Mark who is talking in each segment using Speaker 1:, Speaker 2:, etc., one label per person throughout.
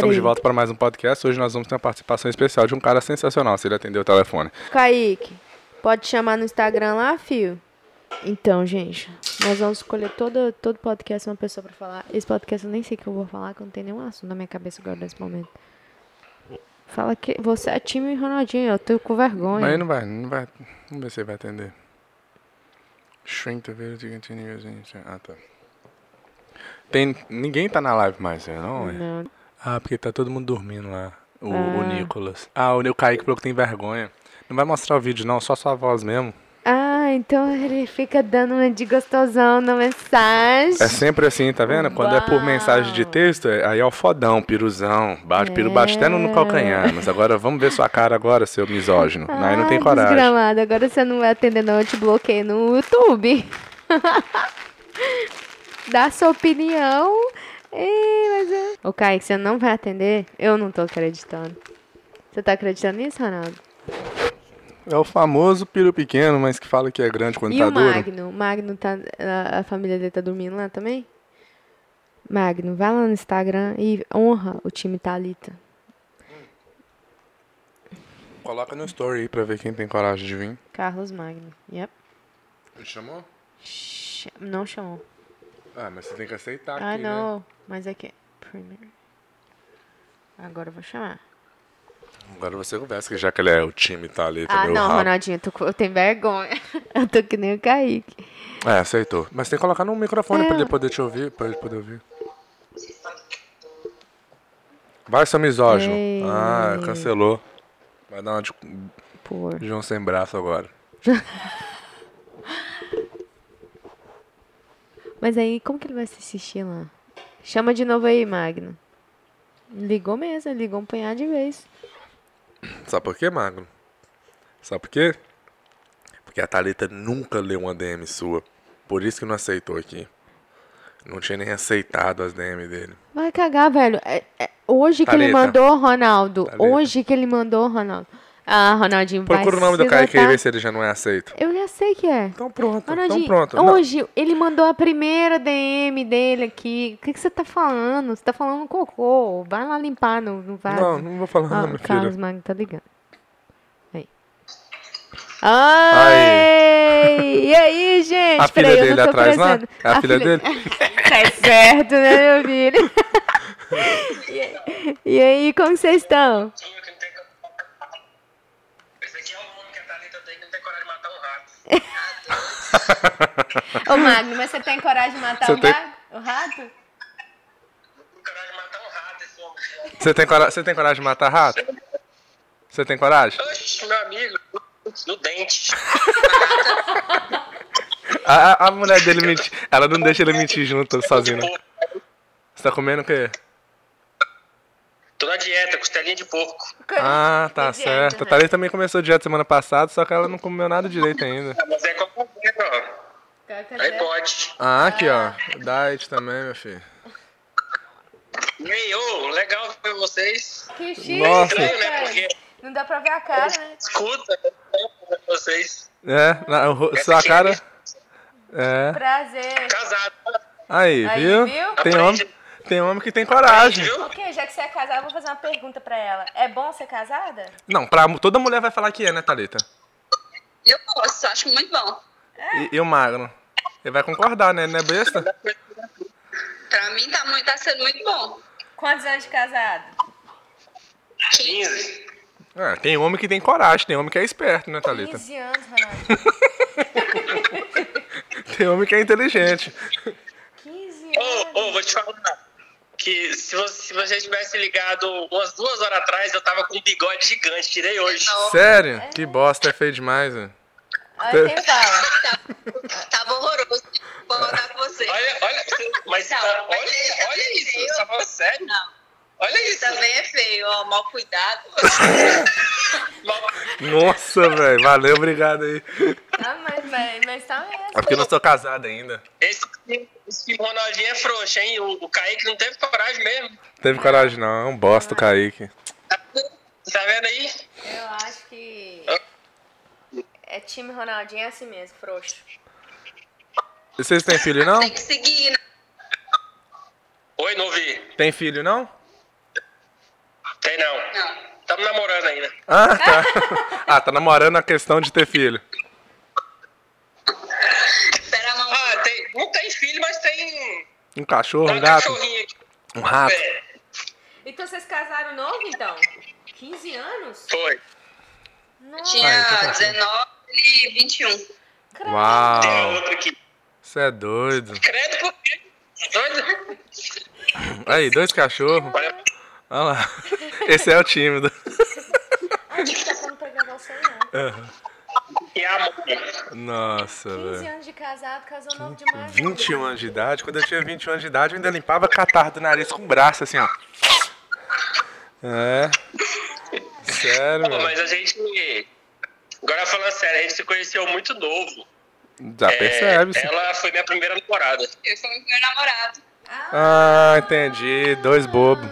Speaker 1: Estamos de volta para mais um podcast. Hoje nós vamos ter uma participação especial de um cara sensacional, se ele atender o telefone.
Speaker 2: Kaique, pode chamar no Instagram lá, fio? Então, gente, nós vamos escolher todo, todo podcast uma pessoa pra falar. Esse podcast eu nem sei o que eu vou falar, que eu não tem nenhum assunto na minha cabeça agora nesse momento. Fala que você é time Ronaldinho, eu tô com vergonha.
Speaker 1: Mas ele não vai, não vai. Vamos ver se ele vai atender. Shrink the video to continue using- Ah, tá. Tem, ninguém tá na live mais, né, não? é?
Speaker 2: Não.
Speaker 1: Ah, porque tá todo mundo dormindo lá. O, o Nicolas. Ah, o, o Kaique falou que tem vergonha. Não vai mostrar o vídeo, não, só sua voz mesmo.
Speaker 2: Ah, então ele fica dando uma de gostosão na mensagem.
Speaker 1: É sempre assim, tá vendo? Quando é por
Speaker 2: Uau.
Speaker 1: mensagem de texto, é- aí é o fodão, piruzão. Bate, piru bate até
Speaker 2: É.
Speaker 1: no, no calcanhar. Mas agora vamos ver sua cara agora, seu misógino. aí não tem
Speaker 2: Ah,
Speaker 1: coragem.
Speaker 2: Desgramado, agora você não vai atender não, eu te bloqueio no YouTube. Dá sua opinião. Ei, mas eu... Ô, Kaique, você não vai atender? Eu não tô acreditando. Você tá acreditando nisso, Ronaldo?
Speaker 1: É o famoso piru pequeno, mas que fala que é grande quando
Speaker 2: e
Speaker 1: tá
Speaker 2: o
Speaker 1: duro.
Speaker 2: Magno? O Magno tá. A, a família dele tá dormindo lá também? Magno, vai lá no Instagram e honra o time Thalita.
Speaker 1: Coloca no story aí pra ver quem tem coragem de vir.
Speaker 2: Carlos Magno. Yep.
Speaker 1: Ele chamou?
Speaker 2: Ch- Não chamou.
Speaker 1: Ah, mas você tem que aceitar
Speaker 2: Ah,
Speaker 1: aqui, né?
Speaker 2: não. Mas é que. Primeiro. Agora eu vou chamar.
Speaker 1: Agora você conversa, que já que ele é o time tá ali, tá
Speaker 2: Ah,
Speaker 1: meu
Speaker 2: não,
Speaker 1: rabo.
Speaker 2: Ronaldinho, eu, tô com- eu tenho vergonha. Eu tô que nem o Kaique.
Speaker 1: É, aceitou. Mas tem que colocar no microfone pra
Speaker 2: É.
Speaker 1: ele poder te ouvir, pra ele poder ouvir. Vai, seu misógino.
Speaker 2: Ei.
Speaker 1: Ah, cancelou. Vai dar uma de
Speaker 2: Por.
Speaker 1: João sem braço agora.
Speaker 2: Mas aí, como que ele vai se assistir lá? Chama de novo aí, Magno. Ligou mesmo, ele ligou um punhado de vez.
Speaker 1: Sabe por quê, Magno? Sabe por quê? Porque a Thalita nunca leu uma DM sua. Por isso que não aceitou aqui. Não tinha nem aceitado as DM dele.
Speaker 2: Vai cagar, velho. É- é hoje que ele
Speaker 1: Thalita.
Speaker 2: mandou, Ronaldo.
Speaker 1: Thalita.
Speaker 2: Hoje que ele mandou, Ronaldo. Ah, Ronaldinho, vai
Speaker 1: Procura o nome do
Speaker 2: se
Speaker 1: Kaique aí,
Speaker 2: notar.
Speaker 1: vê se ele já não é aceito.
Speaker 2: Eu já sei que é.
Speaker 1: Então pronto, então
Speaker 2: Ronaldinho,
Speaker 1: pronto. Não,
Speaker 2: hoje ele mandou a primeira DM dele aqui. O que, que você tá falando? Você tá falando cocô. Vai lá limpar no, no vaso.
Speaker 1: não, não vou falar
Speaker 2: Ah,
Speaker 1: não, minha
Speaker 2: o
Speaker 1: filha.
Speaker 2: Carlos Magno tá ligando. Aí. Ai! E aí, gente?
Speaker 1: A filha
Speaker 2: Peraí, eu
Speaker 1: dele
Speaker 2: não tô
Speaker 1: atrás lá?
Speaker 2: presente.
Speaker 1: É a filha dele?
Speaker 2: tá certo, né, meu filho? E aí- e aí, como vocês estão?
Speaker 3: Esse aqui é o homem que a Thalita tem que não tem coragem de matar um rato.
Speaker 2: Ô, Magno, mas você tem coragem de matar
Speaker 1: Você
Speaker 2: o,
Speaker 1: tem-
Speaker 2: ra- o rato?
Speaker 3: Não tem coragem de matar um rato esse homem.
Speaker 1: Você tem, cora... você tem coragem de matar rato? Você tem coragem?
Speaker 3: Oxe, meu amigo. No dente.
Speaker 1: A, a- a mulher dele mentir. Ela não deixa ele mentir junto, sozinho. né? Você tá comendo o quê?
Speaker 3: Tô na dieta, costelinha de porco.
Speaker 1: Ah, tá
Speaker 2: Dieta,
Speaker 1: certo. A
Speaker 2: né?
Speaker 1: Thalita também começou dieta semana passada, só que ela não comeu nada direito ainda.
Speaker 3: Ah, Mas é qualquer coisa, ó. É. Aí pode.
Speaker 1: Ah, aqui, ó. Diet também, meu filho.
Speaker 3: E aí, ô, legal ver vocês.
Speaker 2: Que chique,
Speaker 1: Nossa.
Speaker 3: Estranho, né,
Speaker 2: velho.
Speaker 3: porque-
Speaker 2: Não dá pra ver a cara, né?
Speaker 3: Escuta, é legal ver vocês.
Speaker 1: É, na, o ro- sua cara. É.
Speaker 2: Prazer.
Speaker 3: Casado.
Speaker 1: Aí,
Speaker 2: Aí,
Speaker 1: viu?
Speaker 2: viu?
Speaker 1: Tem homem, tem homem que tem coragem.
Speaker 3: Viu?
Speaker 2: Ok, já que você é casada, eu vou fazer uma pergunta pra ela. É bom ser casada?
Speaker 1: Não, pra, toda mulher vai falar que é, né, Thalita?
Speaker 4: Eu gosto, acho muito bom.
Speaker 1: E, e o Magno? Ele vai concordar, né? Ele Não é besta?
Speaker 4: Pra mim tá, muito, tá sendo muito bom.
Speaker 2: Quantos anos de casado?
Speaker 3: 15.
Speaker 1: É, tem homem que tem coragem, tem homem que é esperto, né, Thalita?
Speaker 2: 15 anos, Ronaldo.
Speaker 1: Tem homem que é inteligente.
Speaker 2: 15
Speaker 3: Ô,
Speaker 2: anos.
Speaker 3: ô, vou te falar. Que se você, se você tivesse ligado umas duas horas atrás, eu tava com um bigode gigante. Tirei hoje.
Speaker 1: Sério? Que bosta, é feio demais, velho.
Speaker 2: Olha quem fala.
Speaker 4: Tava tá, horroroso. Vou voltar com você.
Speaker 3: Olha, olha, você- mas você
Speaker 4: Não,
Speaker 3: tá,
Speaker 4: mas
Speaker 3: olha,
Speaker 4: ele já
Speaker 3: olha isso,
Speaker 4: veio.
Speaker 3: você tá falando sério?
Speaker 4: Não.
Speaker 3: Olha isso.
Speaker 4: Também é feio, ó. Mal cuidado.
Speaker 1: Nossa, velho. Valeu, obrigado aí.
Speaker 2: Ah, mas, mas, mas tá
Speaker 1: É
Speaker 2: mesmo.
Speaker 1: porque eu não sou casado ainda.
Speaker 3: Esse, esse Ronaldinho é frouxo, hein? O, o Kaique não teve coragem mesmo.
Speaker 1: Teve coragem, não. É um bosta o Kaique.
Speaker 3: Tá vendo aí?
Speaker 2: Eu acho que. É time Ronaldinho é assim mesmo, frouxo.
Speaker 1: E Vocês têm filho, não?
Speaker 4: Tem que seguir, né?
Speaker 3: Oi, não ouvi.
Speaker 1: Tem filho, não?
Speaker 3: Tem não.
Speaker 4: Não.
Speaker 3: Estamos namorando ainda.
Speaker 1: Ah, tá. ah, tá namorando a questão de ter filho.
Speaker 4: Espera a mão.
Speaker 3: Ah, tem, não tem filho, mas tem,
Speaker 1: Um cachorro,
Speaker 3: tem
Speaker 1: um
Speaker 3: um
Speaker 1: gato,
Speaker 3: cachorrinho aqui.
Speaker 1: um rato.
Speaker 3: É,
Speaker 2: Então vocês casaram novo, então? 15 anos?
Speaker 3: foi.
Speaker 2: Nossa,
Speaker 4: Tinha
Speaker 1: Ah, então tá.
Speaker 4: 19 e 21.
Speaker 2: credo.
Speaker 3: Tem
Speaker 1: Uau,
Speaker 3: outro aqui.
Speaker 1: você é doido.
Speaker 3: Credo por quê? Tá Doido?
Speaker 1: Aí, dois cachorros.
Speaker 3: Olha,
Speaker 1: Olha lá. Esse é o tímido.
Speaker 2: A gente tá falando pra gravar o celular.
Speaker 1: É.
Speaker 3: e a mão.
Speaker 1: Nossa,
Speaker 2: 15
Speaker 1: velho.
Speaker 2: anos de casado, casou novo demais.
Speaker 1: 21 anos de idade. Quando eu tinha 21 anos de idade, eu ainda limpava catarro do nariz com o braço, assim, ó. É. Sério,
Speaker 3: Pô,
Speaker 1: velho.
Speaker 3: Mas a gente. Agora falando sério, a gente se conheceu muito novo.
Speaker 1: Já
Speaker 3: É,
Speaker 1: percebe, sim.
Speaker 3: Ela foi minha primeira namorada.
Speaker 4: Eu fui com meu namorado.
Speaker 1: Ah, entendi. Dois bobos.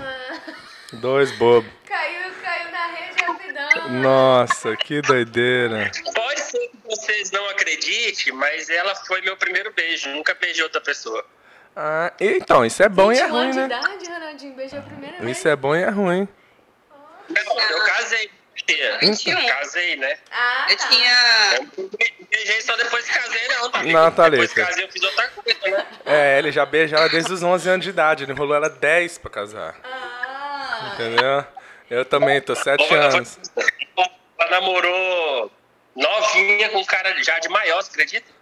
Speaker 1: Dois bobos.
Speaker 2: Caiu, caiu na rede rapidão.
Speaker 1: Nossa, que doideira.
Speaker 3: Pode ser que vocês não acreditem, mas ela foi meu primeiro beijo. Nunca beijei outra pessoa.
Speaker 1: Ah, então, isso é bom e é
Speaker 2: 21
Speaker 1: ruim,
Speaker 2: anos
Speaker 1: né?
Speaker 2: de idade, Ronaldinho, beijou né? a primeira vez.
Speaker 1: Isso é bom e é ruim.
Speaker 3: Não, eu
Speaker 4: Ah.
Speaker 3: casei. tia.
Speaker 4: 21.
Speaker 3: Casei, né?
Speaker 2: Ah,
Speaker 4: Eu
Speaker 2: tá.
Speaker 4: tinha.
Speaker 3: Eu não beijei só depois que casei, não. Tá?
Speaker 1: Não,
Speaker 3: Depois que
Speaker 1: Thalita.
Speaker 3: casei, eu fiz outra coisa, né?
Speaker 1: É, ele já beija ela desde os 11 anos de idade. Ele enrolou ela 10 pra casar.
Speaker 2: Ah,
Speaker 1: Entendeu? Eu também, tô 7 anos.
Speaker 3: Ela namorou novinha com um cara já de maior, você acredita?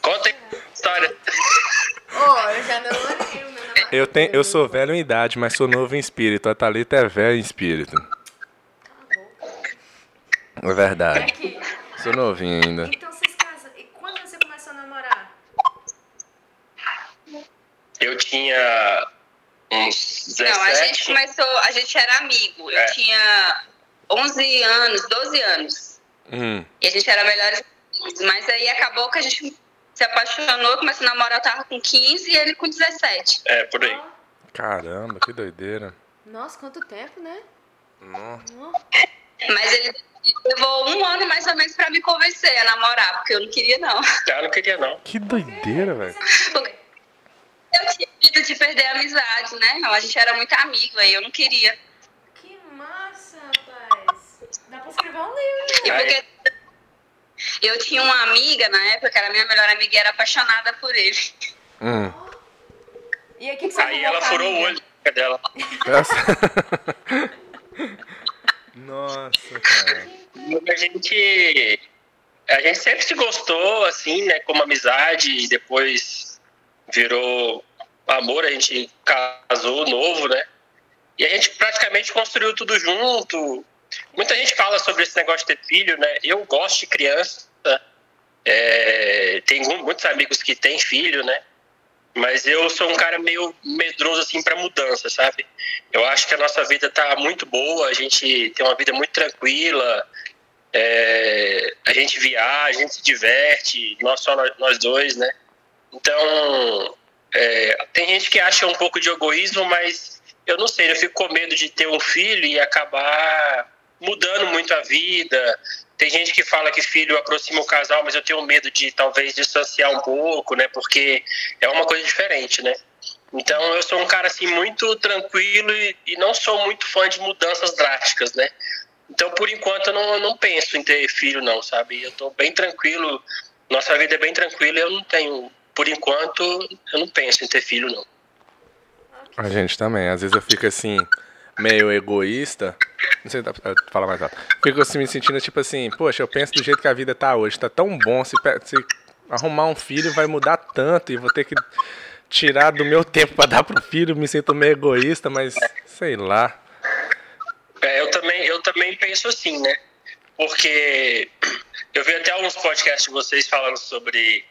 Speaker 3: Conta aí a história.
Speaker 2: oh, eu já namorei o meu namorado.
Speaker 1: Eu, tenho, eu sou velho em idade, mas sou novo em espírito. A Thalita é velha em espírito. É verdade.
Speaker 2: Aqui.
Speaker 1: Sou novinho ainda.
Speaker 2: Então vocês casam. E quando você começou a namorar?
Speaker 3: Eu tinha uns 17.
Speaker 4: Não, a gente começou. A gente era amigo. Eu
Speaker 3: É.
Speaker 4: tinha 11 anos, 12 anos.
Speaker 1: Hum.
Speaker 4: E a gente era melhores amigos. Mas aí acabou que a gente se apaixonou, começou a namorar. Eu tava com 15 e ele com 17.
Speaker 3: É, por aí.
Speaker 2: Ó,
Speaker 1: Caramba, que doideira.
Speaker 2: Nossa, quanto tempo, né?
Speaker 1: Nó.
Speaker 2: Ó.
Speaker 4: Mas ele levou um ano mais ou menos pra me convencer a namorar, porque eu não queria, não.
Speaker 3: Eu não queria, não.
Speaker 1: Que doideira, velho.
Speaker 4: Porque eu tinha medo de perder a amizade, né? A gente era muito amigo, aí eu não queria.
Speaker 2: Que massa, rapaz. Dá pra escrever um livro.
Speaker 4: E
Speaker 3: É.
Speaker 4: porque eu tinha uma amiga na época, que era minha melhor amiga, e era apaixonada por ele.
Speaker 1: Hum.
Speaker 2: E aí, o que, que você
Speaker 3: Aí
Speaker 2: arrumou
Speaker 3: ela
Speaker 2: pra
Speaker 3: furou o
Speaker 2: amiga?
Speaker 3: olho dela.
Speaker 1: Essa- Nossa, cara.
Speaker 3: A gente. A gente sempre se gostou, assim, né? Como amizade, e depois virou amor, a gente casou novo, né? E a gente praticamente construiu tudo junto. Muita gente fala sobre esse negócio de ter filho, né? Eu gosto de criança. É, tem mu- muitos amigos que têm filho, né? Mas eu sou um cara meio medroso, assim, para mudança, sabe? Eu acho que a nossa vida tá muito boa, a gente tem uma vida muito tranquila, é, a gente viaja, a gente se diverte, nós só nós, nós dois, né? Então, é, tem gente que acha um pouco de egoísmo, mas eu não sei, eu fico com medo de ter um filho e acabar mudando muito a vida. Tem gente que fala que filho aproxima o casal, mas eu tenho medo de talvez distanciar um pouco, né? Porque é uma coisa diferente, né? Então eu sou um cara assim muito tranquilo e, e não sou muito fã de mudanças drásticas, né? Então por enquanto eu não, eu não penso em ter filho não, sabe? Eu tô bem tranquilo, nossa vida é bem tranquila, eu não tenho, por enquanto eu não penso em ter filho não.
Speaker 1: A gente também. Às vezes eu fico assim, meio egoísta. Não sei, dá pra falar mais alto. Fico assim, me sentindo tipo assim, poxa, eu penso do jeito que a vida tá hoje. Tá tão bom. Se, pe- se arrumar um filho vai mudar tanto e vou ter que tirar do meu tempo pra dar pro filho. Me sinto meio egoísta, mas sei lá.
Speaker 3: É, eu também, eu também penso assim, né? Porque eu vi até alguns podcasts de vocês falando sobre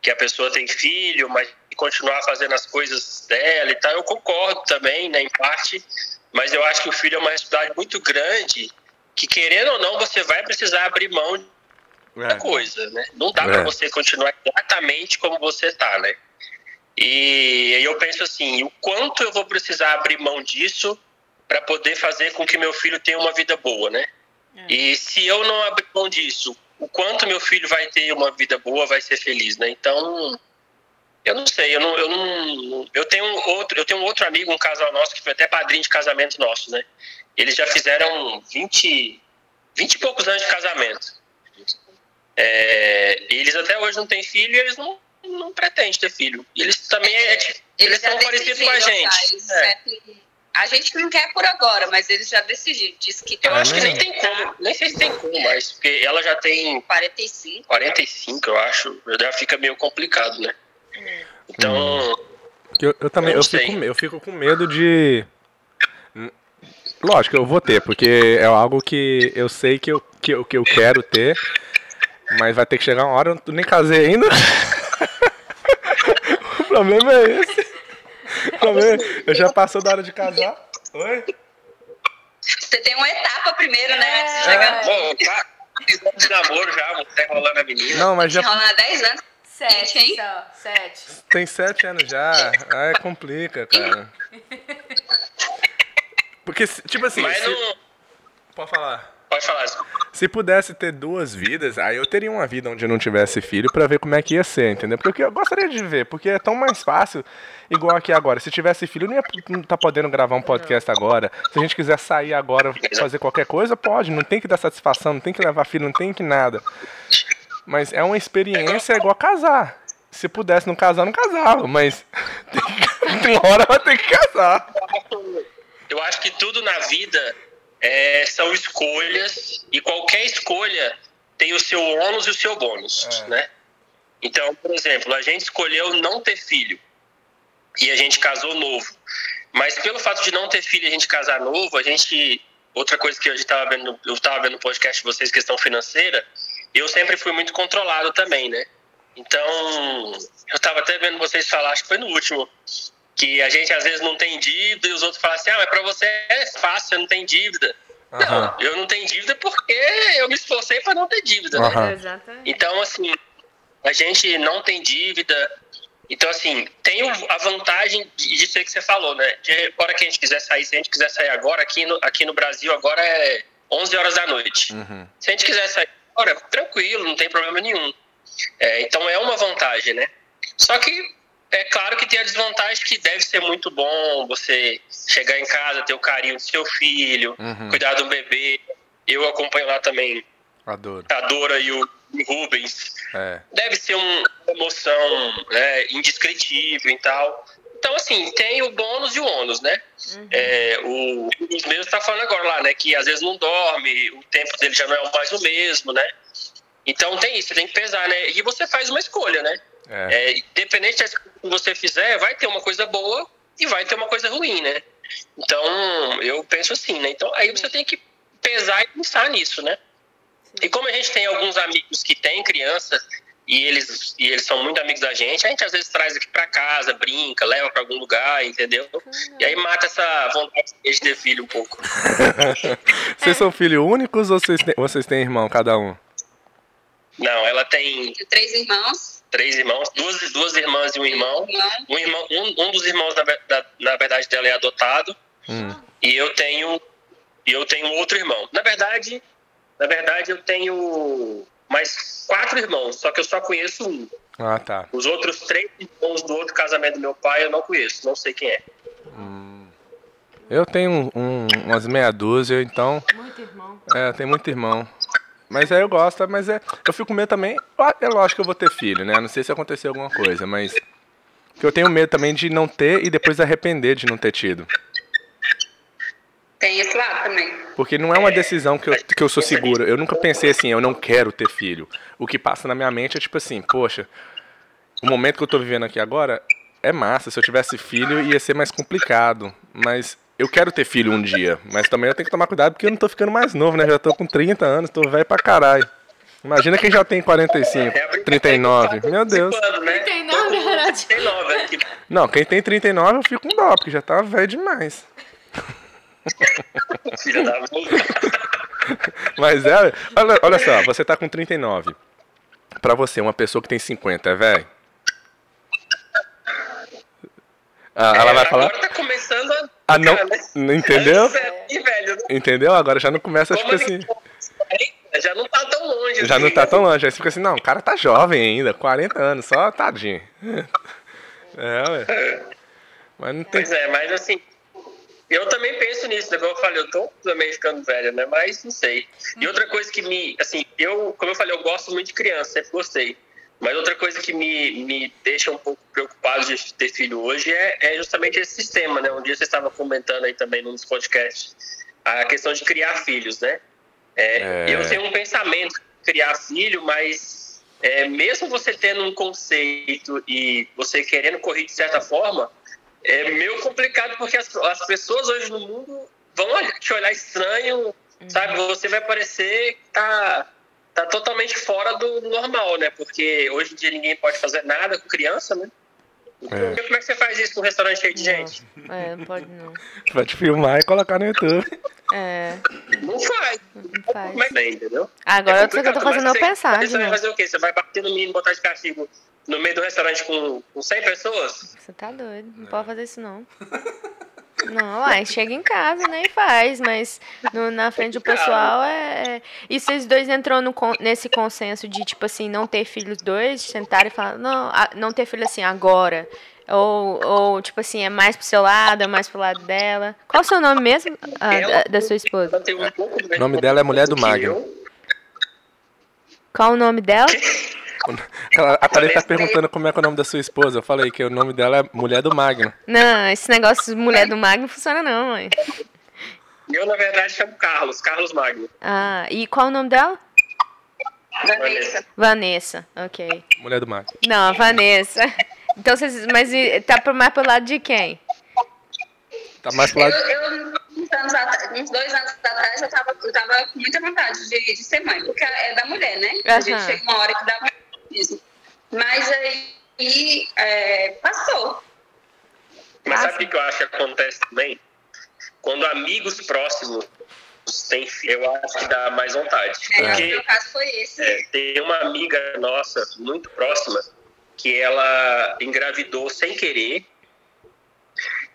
Speaker 3: que a pessoa tem filho, mas continuar fazendo as coisas dela e tal. Eu concordo também, né, em parte, mas eu acho que o filho é uma responsabilidade muito grande que, querendo ou não, você vai precisar abrir mão de outra
Speaker 1: É.
Speaker 3: coisa, né? Não dá
Speaker 1: É.
Speaker 3: pra você continuar exatamente como você tá, né? E eu penso assim, o quanto eu vou precisar abrir mão disso para poder fazer com que meu filho tenha uma vida boa, né? E se eu não abrir mão disso, o quanto meu filho vai ter uma vida boa, vai ser feliz, né? Então, Eu não sei, eu não, eu não. Eu tenho um outro, eu tenho um outro amigo, um casal nosso, que foi até padrinho de casamento nosso, né? Eles já fizeram 20, 20 e poucos anos de casamento. É, eles até hoje não têm filho e eles não, não pretendem ter filho. E eles também é, tipo, eles
Speaker 4: já
Speaker 3: são parecidos com a
Speaker 4: decidiram,
Speaker 3: gente.
Speaker 4: tá? Eles
Speaker 3: É.
Speaker 4: sempre- A gente não quer por agora, mas eles já decidiram. Diz que
Speaker 3: Eu acho que
Speaker 1: né?
Speaker 3: nem tem como, nem sei se tem como, mas porque ela já tem
Speaker 4: 45.
Speaker 3: 45, eu acho, já fica meio complicado, né? Então,
Speaker 1: Hum. Porque Eu, eu também
Speaker 3: Eu
Speaker 1: eu,
Speaker 3: não
Speaker 1: fico,
Speaker 3: sei.
Speaker 1: me- eu fico com medo de. Hum, Lógico, eu vou ter, porque é algo que eu sei que eu, que eu, que eu quero ter, mas vai ter que chegar uma hora, eu não- nem casei ainda. o problema é esse. O problema é, eu já passou da hora de casar. Oi?
Speaker 4: Você tem uma etapa primeiro, né? Antes de
Speaker 2: É.
Speaker 4: chegar no
Speaker 3: bom, tá, de namoro já, vou até rolando a menina.
Speaker 1: Não, mas já
Speaker 4: enrolar 10 anos. Sete, hein?
Speaker 2: só, sete.
Speaker 1: tem sete anos já. Aí complica, cara. Porque, se- tipo assim,
Speaker 3: mas
Speaker 1: se-
Speaker 3: não.
Speaker 1: pode falar.
Speaker 3: Pode falar, desculpa.
Speaker 1: Se pudesse ter duas vidas, aí eu teria uma vida onde eu não tivesse filho pra ver como é que ia ser, entendeu? Porque eu gostaria de ver, porque é tão mais fácil, igual aqui agora. Se tivesse filho, eu não ia não tá podendo gravar um podcast agora. Se a gente quiser sair agora, fazer qualquer coisa, pode. Não tem que dar satisfação, não tem que levar filho, não tem que nada. Mas é uma experiência igual casar. Se pudesse não casar, não casava, mas tem, que- tem hora vai ter que casar.
Speaker 3: Eu acho que tudo na vida é, são escolhas e qualquer escolha tem o seu ônus e o seu bônus,
Speaker 1: É.
Speaker 3: né? Então, por exemplo, a gente escolheu não ter filho e a gente casou novo. Mas pelo fato de não ter filho e a gente casar novo, a gente outra coisa que eu estava vendo, eu estava vendo no podcast de vocês questão financeira, eu sempre fui muito controlado também, né? Então, eu estava até vendo vocês falar, acho que foi no último, que a gente às vezes não tem dívida e os outros falam assim: "Ah, mas para você é fácil, você não tem dívida".
Speaker 1: Aham.
Speaker 3: Não, eu não tenho dívida porque eu me esforcei para não ter dívida, né?
Speaker 1: Aham.
Speaker 2: Exatamente.
Speaker 3: Então, assim, a gente não tem dívida. Então, assim, tem o- a vantagem de- disso aí que você falou, né? De a hora que a gente quiser sair, se a gente quiser sair agora, aqui no, aqui no Brasil agora é 11 horas da noite.
Speaker 1: Uhum.
Speaker 3: Se a gente quiser sair agora, tranquilo, não tem problema nenhum. É, então, é uma vantagem, né? Só que é claro que tem a desvantagem que deve ser muito bom você chegar em casa, ter o carinho do seu filho,
Speaker 1: Uhum.
Speaker 3: cuidar do bebê. Eu acompanho lá também
Speaker 1: Adoro.
Speaker 3: a Dora e o Rubens
Speaker 1: É.
Speaker 3: deve ser um- uma emoção né, indescritível e tal. Então, assim, tem o bônus e o ônus, né? É, o Rubens mesmo está falando agora lá, né? Que às vezes não dorme, o tempo dele já não é mais o mesmo, né? Então tem isso, tem que pesar, né? E você faz uma escolha, né?
Speaker 1: É.
Speaker 3: É, independente da escolha que você fizer, vai ter uma coisa boa e vai ter uma coisa ruim, né? Então, eu penso assim, né? Então, aí você tem que pesar e pensar nisso, né? E como a gente tem alguns amigos que têm criança e eles, e eles são muito amigos da gente, a gente às vezes traz aqui pra casa, brinca, leva pra algum lugar, entendeu? E aí mata essa vontade de ter filho um pouco.
Speaker 1: Vocês são filhos únicos ou vocês têm, vocês têm irmão, cada um?
Speaker 3: Não, ela tem
Speaker 4: Tem três irmãos,
Speaker 3: três irmãos, duas, duas irmãs e um irmão.
Speaker 4: irmão,
Speaker 3: Um, irmão, um, um dos irmãos, na, ve- da- na verdade, dela é adotado.
Speaker 1: Hum.
Speaker 3: E eu tenho e eu tenho um outro irmão. Na verdade, na verdade eu tenho mais quatro irmãos, só que eu só conheço um.
Speaker 1: Ah, tá.
Speaker 3: Os outros três irmãos do outro casamento do meu pai eu não conheço, não sei quem é.
Speaker 1: Eu tenho um- umas meia dúzia, então.
Speaker 2: Muito irmão.
Speaker 1: É, tem muito irmão. Mas aí eu gosto, mas é. Eu fico com medo também. ó, É lógico que eu vou ter filho, né? Não sei se aconteceu alguma coisa, mas. Porque eu tenho medo também de não ter e depois arrepender de não ter tido.
Speaker 4: tem esse lado também.
Speaker 1: Porque não é uma decisão que eu, que eu sou seguro. Eu nunca pensei assim, eu não quero ter filho. O que passa na minha mente é tipo assim, poxa, o momento que eu tô vivendo aqui agora é massa. Se eu tivesse filho, ia ser mais complicado. Mas eu quero ter filho um dia. Mas também eu tenho que tomar cuidado porque eu não tô ficando mais novo, né? Já tô com 30 anos, tô velho pra caralho. Imagina quem já tem
Speaker 3: É
Speaker 1: 45, 39. Meu Deus.
Speaker 3: Quando, né?
Speaker 2: 39,
Speaker 3: Todo mundo
Speaker 2: verdade.
Speaker 3: 39, é que-
Speaker 1: Não, quem tem 39 eu fico com dó, porque já tá velho demais.
Speaker 3: filha da puta.
Speaker 1: Mas é, olha, olha só, você tá com 39. Pra você, uma pessoa que tem 50, é velho? Ah, ela vai falar.
Speaker 3: Agora tá começando a.
Speaker 1: Ah, não.
Speaker 3: Cara, né?
Speaker 1: não Entendeu?
Speaker 3: Ih, velho, não-
Speaker 1: Entendeu? Agora já não começa,
Speaker 3: como é
Speaker 1: tipo assim.
Speaker 3: ele- Já não tá tão longe.
Speaker 1: Já
Speaker 3: assim,
Speaker 1: não tá
Speaker 3: né?
Speaker 1: tão longe. Aí você fica assim, não, o cara tá jovem ainda, 40 anos, só tadinho. É, ué. Mas não tem.
Speaker 3: Pois é, mas assim, eu também penso nisso, né? Como eu falei, eu tô também ficando velho, né? Mas não sei. E outra coisa que me, assim, eu, como eu falei, eu gosto muito de criança, sempre gostei. Mas outra coisa que me, me deixa um pouco preocupado de ter filho hoje é, é justamente esse sistema, né? Um dia você estava comentando aí também nos podcasts a questão de criar filhos, né? É,
Speaker 1: É.
Speaker 3: Eu tenho um pensamento de criar filho, mas é, mesmo você tendo um conceito e você querendo correr de certa forma, é meio complicado porque as, as pessoas hoje no mundo vão olhar- te olhar estranho,
Speaker 2: Uhum.
Speaker 3: sabe? Você vai parecer que tá, tá totalmente fora do normal, né? Porque hoje em dia ninguém pode fazer nada com criança, né?
Speaker 1: É.
Speaker 3: Como é que você faz isso num restaurante cheio de gente?
Speaker 2: Não. É, não pode não.
Speaker 1: Vai te filmar e colocar no YouTube.
Speaker 2: É,
Speaker 3: Não faz.
Speaker 2: não faz. Ah,
Speaker 3: Como é que é, entendeu?
Speaker 2: Agora
Speaker 3: É
Speaker 2: eu tô, eu tô
Speaker 3: complicado,
Speaker 2: fazendo
Speaker 3: mas
Speaker 2: eu
Speaker 3: você-
Speaker 2: pensar
Speaker 3: mas assim,
Speaker 2: de
Speaker 3: Você vai
Speaker 2: novo.
Speaker 3: fazer o quê? Você vai bater no menino e botar de castigo no meio do restaurante com, com 100 pessoas?
Speaker 2: Você tá doido,
Speaker 3: É.
Speaker 2: não pode fazer isso não. Não, uai, chega em casa, né, e faz, mas no- na frente do pessoal é... é- E vocês dois entrou no con- nesse consenso de, tipo assim, não ter filhos dois, sentar e falar, não, a- não ter filho assim, agora. Ou, ou, tipo assim, é mais pro seu lado, é mais pro lado dela. Qual o seu nome mesmo, ah, da, da sua esposa?
Speaker 3: Ela tem um pouco de
Speaker 1: O nome dela é Mulher do
Speaker 3: que
Speaker 1: Magno.
Speaker 3: eu.
Speaker 2: Qual o nome dela?
Speaker 1: Ela- A Thalita tá perguntando como é que é o nome da sua esposa. Eu falei que o nome dela é Mulher do Magno.
Speaker 2: Não, esse negócio de mulher do Magno não funciona não, mãe.
Speaker 3: Eu, na verdade, chamo Carlos, Carlos Magno.
Speaker 2: Ah, e qual o nome dela?
Speaker 4: Vanessa.
Speaker 2: Vanessa, ok.
Speaker 1: Mulher do Magno.
Speaker 2: Não, a Vanessa. Então vocês. Mas e- tá pro- mais pro lado de quem?
Speaker 1: Tá mais pro
Speaker 4: Eu,
Speaker 1: lado.
Speaker 4: eu, uns, anos atrás, uns dois anos atrás, eu tava, eu tava com muita vontade de, de ser mãe, porque é da mulher, né? A gente
Speaker 2: Aham.
Speaker 4: chega uma hora que dá pra mesmo. Mas aí é, passou.
Speaker 3: Mas
Speaker 2: Ah,
Speaker 3: sabe o que que eu acho que acontece também? Quando amigos próximos têm filho, eu acho que dá mais vontade.
Speaker 4: É,
Speaker 1: É.
Speaker 4: O
Speaker 3: Porque
Speaker 4: meu caso foi esse.
Speaker 3: é, tem uma amiga nossa, muito próxima, que ela engravidou sem querer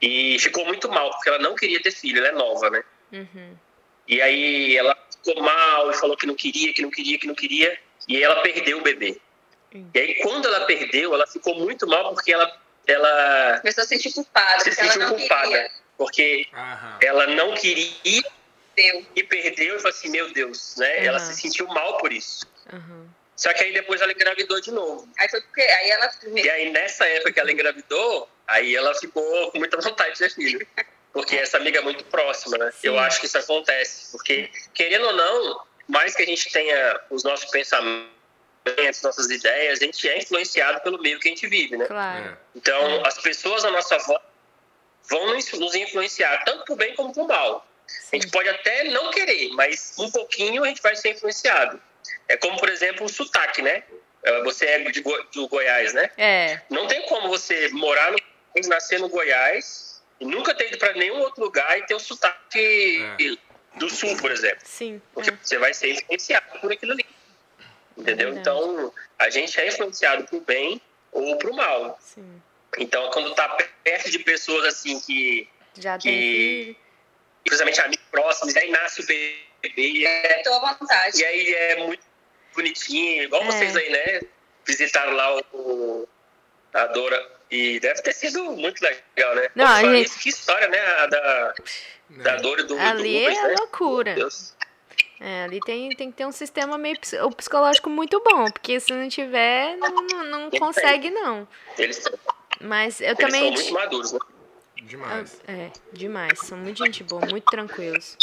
Speaker 3: e ficou muito mal, porque ela não queria ter filho, ela é nova, né? E aí ela ficou mal e falou que não queria, que não queria, que não queria, e ela perdeu o bebê. E aí quando ela perdeu, ela ficou muito mal porque ela, ela
Speaker 4: Começou a se sentir culpada,
Speaker 3: se
Speaker 4: porque ela
Speaker 3: sentiu
Speaker 4: não
Speaker 3: culpada,
Speaker 4: queria.
Speaker 3: porque ela não queria
Speaker 4: Deu.
Speaker 3: e perdeu e falou assim, meu Deus, né?
Speaker 2: Uhum.
Speaker 3: Ela se sentiu mal por isso.
Speaker 2: Aham.
Speaker 3: Só que aí depois ela engravidou de novo.
Speaker 4: Aí foi porque aí ela
Speaker 3: E aí nessa época que ela engravidou, aí ela ficou com muita vontade de ter filho. Porque essa amiga é muito próxima, né?
Speaker 2: Sim.
Speaker 3: Eu acho que isso acontece. Porque, querendo ou não, mais que a gente tenha os nossos pensamentos, nossas ideias, a gente é influenciado pelo meio que a gente vive, né?
Speaker 2: Claro.
Speaker 3: Então, as pessoas à nossa volta vão nos nos influenciar, tanto pro bem como pro mal. A gente pode até não querer, mas um pouquinho a gente vai ser influenciado. É como, por exemplo, o sotaque, né? Eh, Você é de Go- do Goiás, né?
Speaker 2: É.
Speaker 3: Não tem como você morar no Goiás, nascer no Goiás, e nunca ter ido para nenhum outro lugar e ter o sotaque do Sul, por exemplo
Speaker 2: Sim. é,
Speaker 3: porque você vai ser influenciado por aquilo ali. Entendeu?
Speaker 2: Verdade.
Speaker 3: Então, a gente é influenciado pro bem ou pro mal.
Speaker 2: é, Sim.
Speaker 3: Então, quando tá perto de pessoas assim que,
Speaker 2: Já tem
Speaker 3: Que-
Speaker 2: filho.
Speaker 3: principalmente amigos próximos, aí nasce o bebê e, é-
Speaker 4: deu à vontade.
Speaker 3: e aí é muito bonitinho, igual
Speaker 2: É.
Speaker 3: vocês aí, né? Visitaram lá o, o- a Dora e deve ter sido muito legal, né?
Speaker 2: Não,
Speaker 3: Pô,
Speaker 2: a
Speaker 3: fala
Speaker 2: gente-
Speaker 3: isso, que história, né? A da,
Speaker 1: É.
Speaker 3: da Dora e do, do
Speaker 2: Ali
Speaker 3: Lucas,
Speaker 2: é
Speaker 3: né?
Speaker 2: loucura.
Speaker 3: Meu Deus.
Speaker 2: É, ali tem, tem que ter um sistema meio ps- o psicológico muito bom, porque se não tiver, não, não, não
Speaker 3: tem.
Speaker 2: consegue, não.
Speaker 3: Eles,
Speaker 2: Mas eu
Speaker 3: eles são
Speaker 2: também.
Speaker 3: muito maduros, né?
Speaker 1: Demais.
Speaker 2: É, demais. São muito gente boa, muito tranquilos.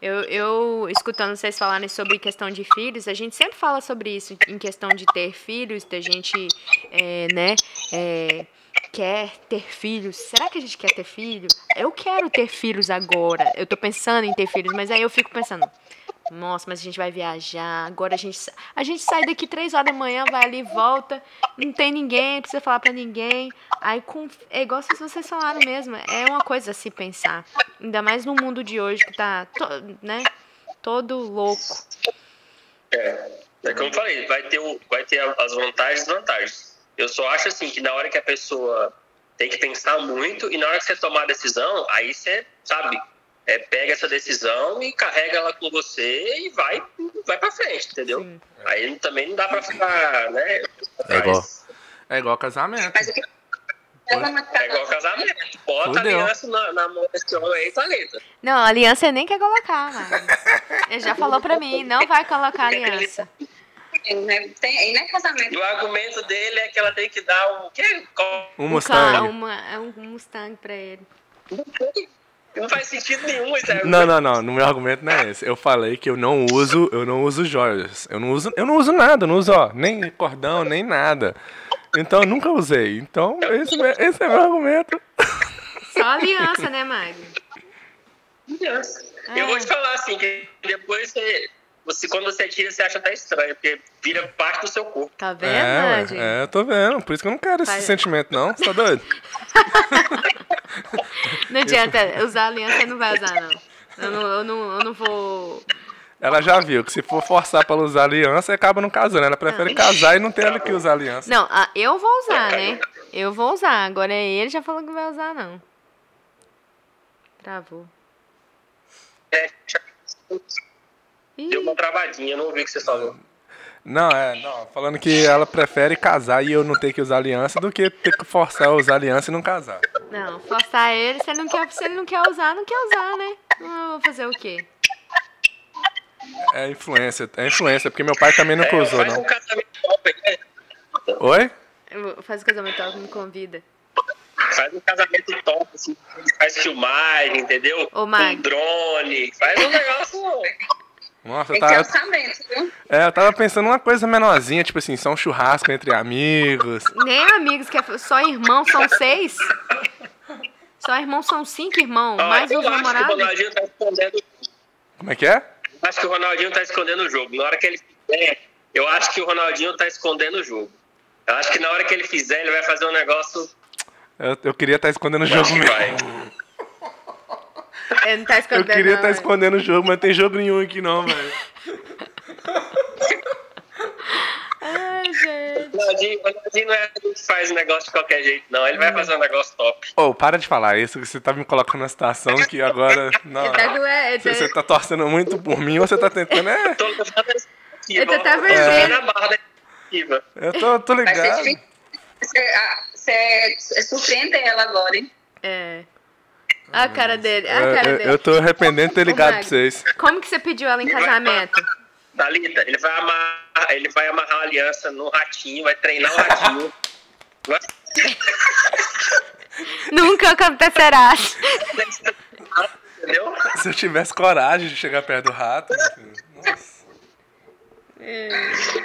Speaker 2: Eu, eu, escutando vocês falarem sobre questão de filhos, a gente sempre fala sobre isso, em questão de ter filhos, da gente, é, né, é, quer ter filhos. Será que a gente quer ter filho? Eu quero ter filhos agora. Eu tô pensando em ter filhos, mas aí eu fico pensando, nossa, mas a gente vai viajar, agora a gente, sa- a gente sai daqui três horas da manhã, vai ali, volta, não tem ninguém, precisa falar pra ninguém. Aí com, é igual vocês- vocês falaram mesmo, é uma coisa a se pensar. Ainda mais no mundo de hoje que tá, to- né, todo louco.
Speaker 3: É como eu falei, vai ter, o, vai ter as vantagens e desvantagens. Eu só acho assim que na hora que a pessoa tem que pensar muito e na hora que você tomar a decisão, aí você, sabe, é, pega essa decisão e carrega ela com você e vai, vai pra frente, entendeu?
Speaker 2: Sim.
Speaker 3: Aí também não dá pra ficar, né?
Speaker 1: É igual.
Speaker 3: atrás.
Speaker 1: É igual casamento.
Speaker 4: Mas o que Casamento,
Speaker 3: É igual casamento. Bota
Speaker 1: Fudeu.
Speaker 3: aliança na, na mão desse homem aí, tá linda.
Speaker 2: Não, aliança ele nem quer colocar, Magno. Ele já falou pra mim, não vai colocar aliança.
Speaker 4: né? Tem- aí não é
Speaker 3: E
Speaker 4: casamento.
Speaker 3: o argumento dele é que ela tem que dar o quê? Co-
Speaker 1: Um
Speaker 2: Ca-
Speaker 1: Mustang.
Speaker 2: uma- um Mustang pra ele.
Speaker 3: Não faz sentido nenhum isso. é-
Speaker 1: Não, não, não. No meu argumento não é esse. Eu falei que eu não uso, eu não uso joias. Eu não uso, eu não uso nada, eu não uso, ó, nem cordão, nem nada. Então eu nunca usei. Então, esse, é- esse é meu argumento.
Speaker 2: Só aliança, né, Magno?
Speaker 3: Eu vou te falar assim, que depois você, você- quando você tira, você acha até estranho, porque vira parte do seu corpo.
Speaker 2: Tá vendo,
Speaker 1: É,
Speaker 2: Magno?
Speaker 1: ué, é, eu tô vendo. Por isso que eu não quero esse
Speaker 2: Faz-
Speaker 1: sentimento, não. Você tá doido?
Speaker 2: Não adianta, usar aliança não vai usar, não. Eu não, eu não, eu não vou.
Speaker 1: Ela já viu que se for forçar pra ela usar aliança, acaba não casando. Ela prefere casar e não ter ela que usar aliança.
Speaker 2: Não, a- eu vou usar, né? Eu vou usar. Agora é ele já falou que não vai usar, não. Travou.
Speaker 3: É,
Speaker 2: Ih,
Speaker 3: deu uma travadinha, eu não ouvi o que você falou.
Speaker 1: Não, é, não. Falando que ela prefere casar e eu não ter que usar aliança do que ter que forçar eu a usar aliança e não casar.
Speaker 2: não, forçar ele, se ele não quer, se ele não quer usar, não quer usar, né? Eu vou fazer o quê?
Speaker 1: É influência, é influência, porque meu pai também nunca
Speaker 3: É,
Speaker 1: usou,
Speaker 3: faz
Speaker 1: não.
Speaker 3: um casamento open, né?
Speaker 1: Oi?
Speaker 2: Eu vou- Faz o casamento, ela me convida.
Speaker 3: Faz um casamento top, assim, faz filmagem, entendeu?
Speaker 2: Ô, Mag.
Speaker 3: Um drone, faz um negócio.
Speaker 1: Nossa, eu
Speaker 4: Tem É que ter
Speaker 1: tava,
Speaker 4: orçamento, viu?
Speaker 1: é, eu tava pensando uma coisa menorzinha, tipo assim, só um churrasco entre amigos.
Speaker 2: Nem amigos, que é só irmão são seis? Só irmão são cinco irmãos,
Speaker 3: Ó,
Speaker 2: mais
Speaker 3: Ah, eu
Speaker 2: os
Speaker 3: acho que o
Speaker 2: namorados.
Speaker 3: Ronaldinho tá escondendo.
Speaker 1: Como é que é?
Speaker 3: Acho que o Ronaldinho tá escondendo o jogo. Na hora que ele fizer, eu acho que o Ronaldinho tá escondendo o jogo. Eu acho que na hora que ele fizer, ele vai fazer um negócio.
Speaker 1: Eu, eu queria estar escondendo o
Speaker 3: Eu
Speaker 1: jogo
Speaker 3: acho que
Speaker 1: mesmo.
Speaker 3: vai.
Speaker 2: Ele não tá
Speaker 1: Eu
Speaker 2: escondendo.
Speaker 1: queria
Speaker 2: não,
Speaker 1: estar
Speaker 2: né?
Speaker 1: escondendo o jogo, mas não tem jogo nenhum aqui não, velho.
Speaker 2: Ai, gente.
Speaker 3: O Ronaldinho, o Ronaldinho não é aquele que faz negócio de qualquer jeito, não. Ele vai fazer um negócio top.
Speaker 1: Ô, para de falar isso, que você tá me colocando numa situação que agora.
Speaker 3: Ah,
Speaker 1: Não.
Speaker 2: Ele tá doendo.
Speaker 1: Você, você tá torcendo muito por mim ou você tá tentando. É,
Speaker 3: Tô levando a expectativa,
Speaker 2: Eu tô até
Speaker 3: ó.
Speaker 2: vermelho.
Speaker 3: Tô na barra da expectativa.
Speaker 1: eu tô, tô
Speaker 4: Vai ser
Speaker 1: ligado.
Speaker 4: difícil. Você, ah, você- você surpreende ela agora, hein?
Speaker 2: É. A cara dele, a
Speaker 1: tá- Eu,
Speaker 2: Ah, cara
Speaker 1: É, eu,
Speaker 2: dele.
Speaker 1: eu tô arrependendo de ter ligado pra
Speaker 2: Magno.
Speaker 1: vocês.
Speaker 2: Como que você pediu ela em casamento?
Speaker 3: Thalita, ele vai amarrar, ele vai amarrar a aliança no ratinho, vai treinar o ratinho. Vai
Speaker 2: Nunca acontecerá.
Speaker 3: Entendeu?
Speaker 1: Se eu tivesse coragem de chegar perto do rato. meu filho. Nossa.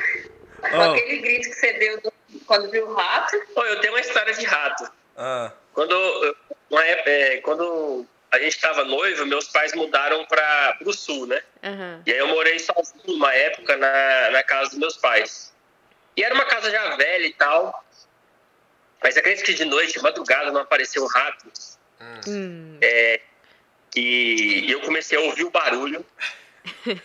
Speaker 4: Com
Speaker 1: Ô,
Speaker 4: aquele grito que você deu do- quando viu o rato.
Speaker 3: Pô, eu tenho uma história de rato.
Speaker 1: ah,
Speaker 3: Quando, eu- uma época, é, quando a gente estava noivo, meus pais mudaram para o sul, né?
Speaker 2: Aham.
Speaker 3: E aí eu morei sozinho uma época na, na casa dos meus pais. E era uma casa já velha e tal. Mas acredito que de noite, de madrugada, não apareceu um rato.
Speaker 2: Hum.
Speaker 3: E eu comecei a ouvir o barulho.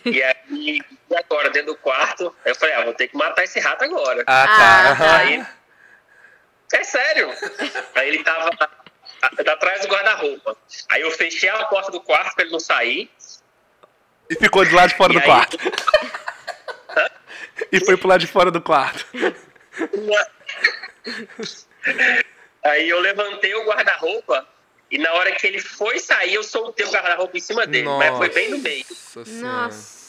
Speaker 3: E aí, e agora, dentro do quarto, eu falei, ah, vou ter que matar esse rato agora.
Speaker 1: ah,
Speaker 2: Ah,
Speaker 1: tá.
Speaker 2: tá.
Speaker 3: Aí, é sério. Aí ele tava a- atrás do guarda-roupa. Aí eu fechei a porta do quarto pra ele não sair.
Speaker 1: E ficou do lado de fora
Speaker 3: E
Speaker 1: do
Speaker 3: aí-
Speaker 1: quarto. E foi pro lado de fora do quarto.
Speaker 3: Aí eu levantei o guarda-roupa e na hora que ele foi sair, eu soltei o guarda-roupa em cima dele. Mas foi bem no meio.
Speaker 1: Nossa Senhora.
Speaker 2: Nossa.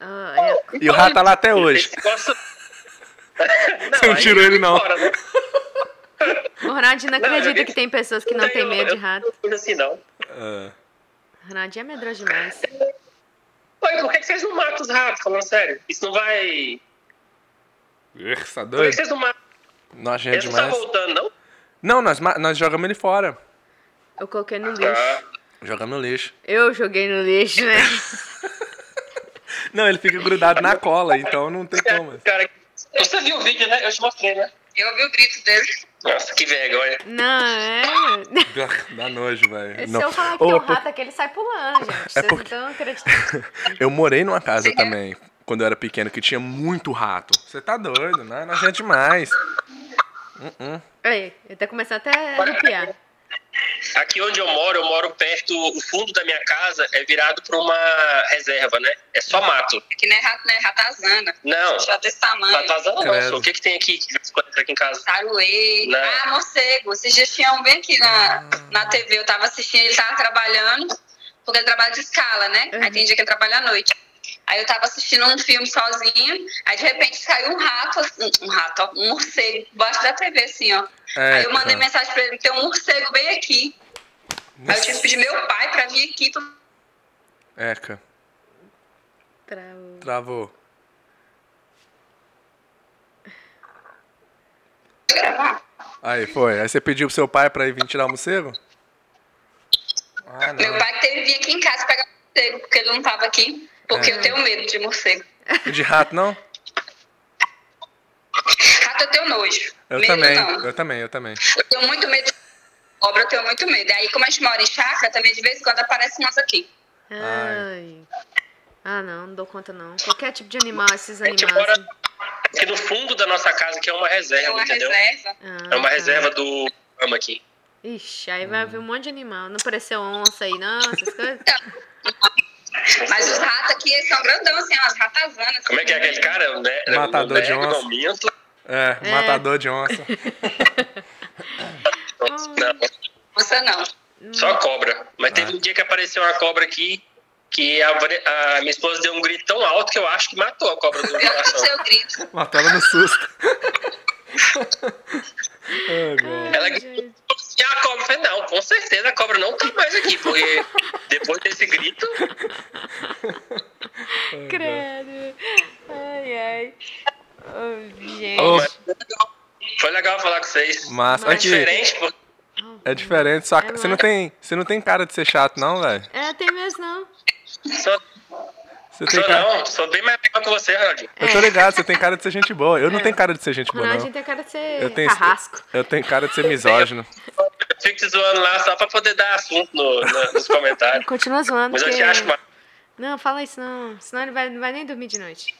Speaker 2: Ah, é.
Speaker 1: E o rato tá lá até hoje.
Speaker 3: Então, Esse negócio-
Speaker 1: Você não
Speaker 3: aí
Speaker 1: tirou ele,
Speaker 3: foi
Speaker 1: não.
Speaker 3: embora, né?
Speaker 2: O Ronaldinho não
Speaker 3: Não,
Speaker 2: acredita
Speaker 3: eu-
Speaker 2: que tem pessoas que não
Speaker 3: Daí
Speaker 2: têm
Speaker 3: Então, eu-
Speaker 2: medo de
Speaker 3: eu
Speaker 2: rato.
Speaker 3: Não fiz assim, não.
Speaker 1: Ah.
Speaker 2: Ronaldinho é medroso demais.
Speaker 3: Oi, por que que vocês não matam os ratos? Falando sério, isso não vai.
Speaker 1: Ih, tá
Speaker 3: Por que que
Speaker 1: doido?
Speaker 3: vocês não matam?
Speaker 1: Nojento
Speaker 3: Eles não tá
Speaker 1: É demais.
Speaker 3: voltando, não?
Speaker 1: Não, nós, ma- nós jogamos ele fora.
Speaker 2: Eu coloquei no lixo.
Speaker 3: Tá.
Speaker 1: Jogamos no lixo.
Speaker 2: Eu joguei no lixo, né?
Speaker 1: Não, ele fica grudado na cola, então não tem como.
Speaker 3: Cara, você viu o vídeo, né? Eu te mostrei, né?
Speaker 4: Eu ouvi o grito dele.
Speaker 3: Nossa, que vergonha.
Speaker 2: Não, é.
Speaker 1: Dá, dá nojo, velho.
Speaker 2: Se
Speaker 1: Não.
Speaker 2: eu falar que
Speaker 1: Ô,
Speaker 2: tem um
Speaker 1: por- É
Speaker 2: rato aqui, ele sai pulando, gente. Vocês não
Speaker 1: porque-
Speaker 2: estão acreditando.
Speaker 1: Eu morei numa casa também, quando eu era pequeno, que tinha muito rato. Você tá doido, né? Não adianta demais.
Speaker 2: Aí, ele tá começando até a arrepiar.
Speaker 3: Aqui onde eu moro, eu moro perto, o fundo da minha casa é virado para uma reserva, né? É só mato.
Speaker 4: Aqui não é, ra- não é ratazana.
Speaker 3: Não.
Speaker 4: Já desse tamanho.
Speaker 3: Ratazana não,
Speaker 1: Credo.
Speaker 3: só. O que, que tem aqui que acontece aqui em casa?
Speaker 4: Saruê.
Speaker 3: Não.
Speaker 4: Ah, morcego. Esses dias tinha um bem aqui na, na TV. Eu tava assistindo, ele tava trabalhando, porque ele trabalha de escala, né?
Speaker 2: Uhum.
Speaker 4: Aí tem dia que ele trabalha à noite. Aí eu tava assistindo um filme sozinho, aí de repente saiu um rato, assim, um rato, ó, um morcego, embaixo da TV, assim, ó. Aí eu mandei mensagem pra ele, tem um morcego bem aqui. Aí eu tive que pedir meu pai pra vir aqui pra
Speaker 1: Eca,
Speaker 2: Travou.
Speaker 1: travou.
Speaker 4: gravar.
Speaker 1: Aí foi. Aí você pediu pro seu pai pra ir vir tirar o morcego? Ah,
Speaker 4: Meu
Speaker 1: não.
Speaker 4: pai que teve que vir aqui em casa pegar morcego, porque ele não tava aqui, porque
Speaker 3: É.
Speaker 4: eu tenho medo de morcego.
Speaker 1: De rato, não?
Speaker 4: Rato eu tenho nojo.
Speaker 1: Eu
Speaker 4: medo
Speaker 1: também.
Speaker 4: não.
Speaker 1: Eu também, eu também.
Speaker 4: Eu tenho muito medo de cobra, eu tenho muito medo. Aí, como a gente mora em chácara, também de vez em quando aparece umas aqui.
Speaker 2: Ai. Ah, não, não dou conta não. Qualquer tipo de animal, esses
Speaker 3: A gente
Speaker 2: animais.
Speaker 3: mora aqui no fundo da nossa casa, que é uma
Speaker 4: né? É
Speaker 3: reserva,
Speaker 4: uma
Speaker 3: entendeu?
Speaker 4: reserva.
Speaker 2: Ah,
Speaker 3: É uma
Speaker 2: tá.
Speaker 3: reserva do ama aqui.
Speaker 2: Ixi, aí
Speaker 1: Hum.
Speaker 2: vai haver um monte de animal. Não apareceu onça aí, não, essas coisas?
Speaker 4: Mas os ratos aqui eles são grandão, assim, umas ratazanas. assim,
Speaker 3: Como é que é aquele cara? Né?
Speaker 1: Matador de onça.
Speaker 3: Aumento.
Speaker 1: É,
Speaker 2: É.
Speaker 1: matador de onça.
Speaker 3: Não,
Speaker 4: Nossa, não.
Speaker 3: só cobra. Mas teve
Speaker 1: Ah.
Speaker 3: um dia que apareceu uma cobra aqui que a, bre- a minha esposa deu um grito tão alto que eu acho que matou a cobra do
Speaker 4: Eu não
Speaker 3: coração.
Speaker 4: sei o grito.
Speaker 1: Matou ela no susto. Ai, God.
Speaker 3: Ela
Speaker 2: Ai,
Speaker 3: gritou
Speaker 2: gente.
Speaker 3: e a cobra. Eu falei, não, com certeza a cobra não tá mais aqui, porque depois desse grito,
Speaker 2: Credo. Ai, ai. Ô, gente.
Speaker 1: Ô,
Speaker 3: foi legal falar com vocês.
Speaker 1: Massa.
Speaker 3: É
Speaker 2: Mas-
Speaker 1: Aqui,
Speaker 3: diferente, porque
Speaker 1: é diferente. Sua...
Speaker 2: É,
Speaker 1: Você, não
Speaker 2: mas-
Speaker 1: tem... você não tem cara de ser chato, não, velho.
Speaker 2: É, tem mesmo não.
Speaker 3: sou,
Speaker 1: Você tem
Speaker 3: sou
Speaker 1: cara.
Speaker 3: não, sou bem mais legal que você, Ronaldinho.
Speaker 1: Eu tô ligado, você tem cara de ser gente boa. Eu não
Speaker 2: É.
Speaker 1: tenho cara de ser gente é boa,
Speaker 2: Ronaldinho
Speaker 1: É. não.
Speaker 2: tem cara de ser
Speaker 1: Eu tenho,
Speaker 2: carrasco.
Speaker 1: eu tenho cara de ser misógino.
Speaker 3: Eu fico te zoando lá só pra poder dar assunto no- no- nos comentários.
Speaker 2: Continua zoando.
Speaker 3: Mas eu te
Speaker 2: porque-
Speaker 3: acho mais.
Speaker 2: Não, fala isso não. Senão ele vai, não vai nem dormir de noite.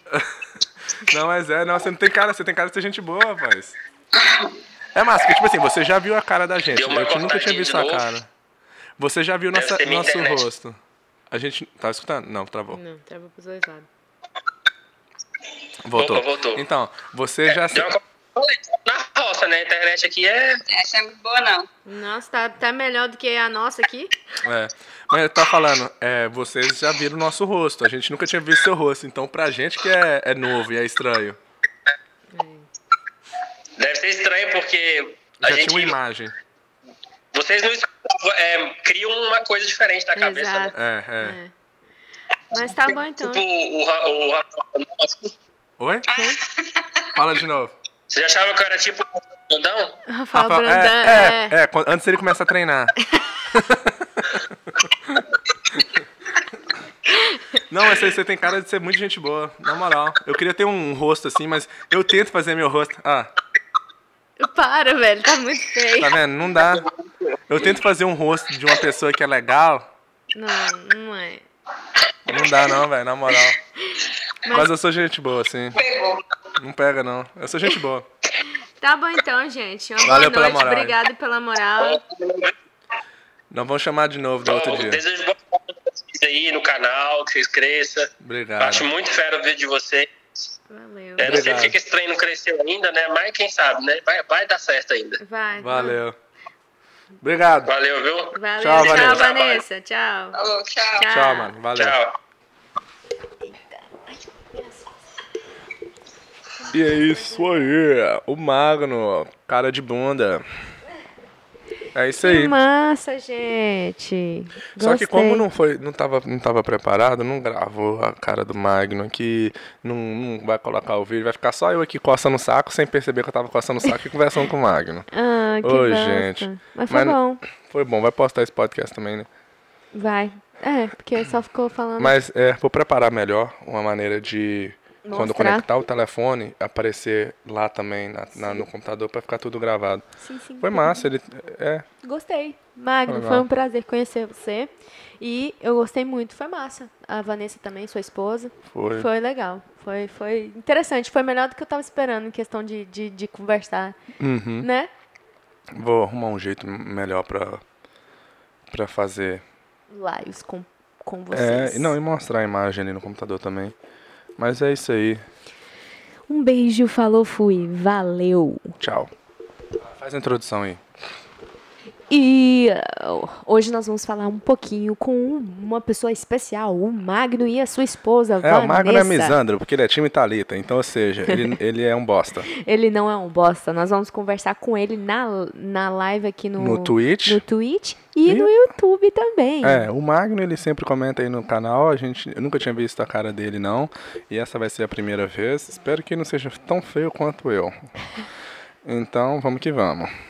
Speaker 1: Não, mas é, não, você não tem cara, você tem cara de ser gente boa, rapaz. É massa, porque, tipo assim, você já viu a cara da gente,
Speaker 3: Deu
Speaker 1: né?
Speaker 3: uma
Speaker 1: eu te- nunca tinha
Speaker 3: cortadinha
Speaker 1: visto
Speaker 3: de
Speaker 1: a
Speaker 3: novo.
Speaker 1: cara. Você já viu
Speaker 3: Deve
Speaker 1: nossa,
Speaker 3: ser minha
Speaker 1: nosso
Speaker 3: internet.
Speaker 1: rosto. A gente. Tava escutando? Não, travou.
Speaker 2: Não, travou pros dois lados.
Speaker 1: Voltou.
Speaker 3: Opa, voltou. É,
Speaker 1: Então, você já.
Speaker 3: Deu uma co- Na roça, né? A internet aqui é.
Speaker 4: Essa é muito boa, não.
Speaker 2: Nossa, tá, tá melhor do que a nossa aqui.
Speaker 1: É. Mas eu tava falando, é, vocês já viram o nosso rosto. A gente nunca tinha visto seu rosto. Então, pra gente que é, é novo e é estranho.
Speaker 3: Deve ser estranho porque a
Speaker 1: Já
Speaker 3: gente.
Speaker 1: tinha uma imagem.
Speaker 3: Vocês não escutam, é, criam uma coisa diferente na cabeça. Né?
Speaker 2: Exato.
Speaker 1: É, é.
Speaker 2: É. Mas tá bom então.
Speaker 3: Tipo, o, Ra- o, Rafael Nosso,
Speaker 1: Oi? Fala de novo.
Speaker 3: Vocês achavam que eu era tipo um grandão?
Speaker 2: Rafael
Speaker 1: Rafa-
Speaker 2: Brandão.
Speaker 1: é,
Speaker 2: É,
Speaker 1: é, é, quan- antes ele começa a treinar. Não, mas você, você tem cara de ser muito gente boa, na moral. Eu queria ter um rosto assim, mas eu tento fazer meu rosto. Ah,
Speaker 2: Para, velho. Tá muito feio.
Speaker 1: tá vendo? Não dá. Eu tento fazer um rosto de uma pessoa que é legal.
Speaker 2: Não, não é.
Speaker 1: Não dá não, velho, na moral.
Speaker 2: Mas-
Speaker 1: Mas eu sou gente boa, assim.
Speaker 4: Pegou.
Speaker 1: Não pega não. Eu sou gente boa.
Speaker 2: Tá bom então, gente. Uma
Speaker 1: Valeu
Speaker 2: boa
Speaker 1: pela
Speaker 2: noite.
Speaker 1: moral, hein?
Speaker 2: Obrigado pela moral.
Speaker 1: Nós vamos chamar de novo do outro
Speaker 3: Bom,
Speaker 1: dia.
Speaker 3: Desejo boa sorte pra vocês aí no canal, que vocês cresçam. Eu
Speaker 1: Obrigado.
Speaker 3: Acho muito fera o vídeo de vocês.
Speaker 2: Valeu.
Speaker 3: É, não sei
Speaker 1: Obrigado.
Speaker 3: porque esse trem não cresceu ainda, né? Mas quem sabe, né? Vai, vai dar certo ainda.
Speaker 2: Vai.
Speaker 1: Valeu. Obrigado.
Speaker 3: Valeu, viu?
Speaker 2: Valeu.
Speaker 1: Tchau,
Speaker 2: Tchau,
Speaker 1: Vanessa.
Speaker 2: Vanessa. Tchau.
Speaker 4: Falou, tchau.
Speaker 2: Ah, Tchau.
Speaker 1: Tchau, mano. Valeu.
Speaker 3: Tchau.
Speaker 1: E é isso aí, o Magno, cara de bunda. É isso
Speaker 2: Que
Speaker 1: aí.
Speaker 2: massa, gente.
Speaker 1: Só que como
Speaker 2: Gostei.
Speaker 1: não foi, não tava, não tava preparado, não gravou a cara do Magno aqui, não, não vai colocar o vídeo, vai ficar só eu aqui coçando o saco, sem perceber que eu tava coçando o saco e conversando com o Magno.
Speaker 2: Ah, que
Speaker 1: Ô,
Speaker 2: bosta.
Speaker 1: gente.
Speaker 2: Mas foi
Speaker 1: Mas-
Speaker 2: bom.
Speaker 1: Foi bom, vai postar esse podcast também, né?
Speaker 2: Vai. É, porque só ficou falando.
Speaker 1: Mas é, vou preparar melhor uma maneira de quando
Speaker 2: Mostrar.
Speaker 1: conectar o telefone, aparecer lá também na- na- no computador pra ficar tudo gravado.
Speaker 2: Sim, sim.
Speaker 1: Foi massa, ele. É,
Speaker 2: Gostei. Magno,
Speaker 1: Legal.
Speaker 2: foi um prazer conhecer você. E eu gostei muito, foi massa. A Vanessa também, sua esposa.
Speaker 1: foi.
Speaker 2: Foi legal. Foi, foi interessante. Foi melhor do que eu tava esperando em questão de, de, de conversar,
Speaker 1: Uhum.
Speaker 2: né?
Speaker 1: Vou arrumar um jeito melhor pra pra fazer.
Speaker 2: lives com, com vocês.
Speaker 1: É, e não, e mostrar a imagem ali no computador também. Mas é isso aí.
Speaker 2: Um beijo, falou, fui. Valeu.
Speaker 1: Tchau. Faz a introdução aí.
Speaker 2: E uh, hoje nós vamos falar um pouquinho com uma pessoa especial, o Magno e a sua esposa,
Speaker 1: É,
Speaker 2: Vanessa.
Speaker 1: o Magno é misandro, porque ele é time Thalita. Então, ou seja, ele, ele é um bosta.
Speaker 2: Ele não é um bosta. Nós vamos conversar com ele na, na live aqui no,
Speaker 1: No Twitch.
Speaker 2: no Twitch e
Speaker 1: E-
Speaker 2: no YouTube também.
Speaker 1: É, o Magno, ele sempre comenta aí no canal. A gente eu nunca tinha visto a cara dele, não. E essa vai ser a primeira vez. Espero que ele não seja tão feio quanto eu. Então, vamos que vamos.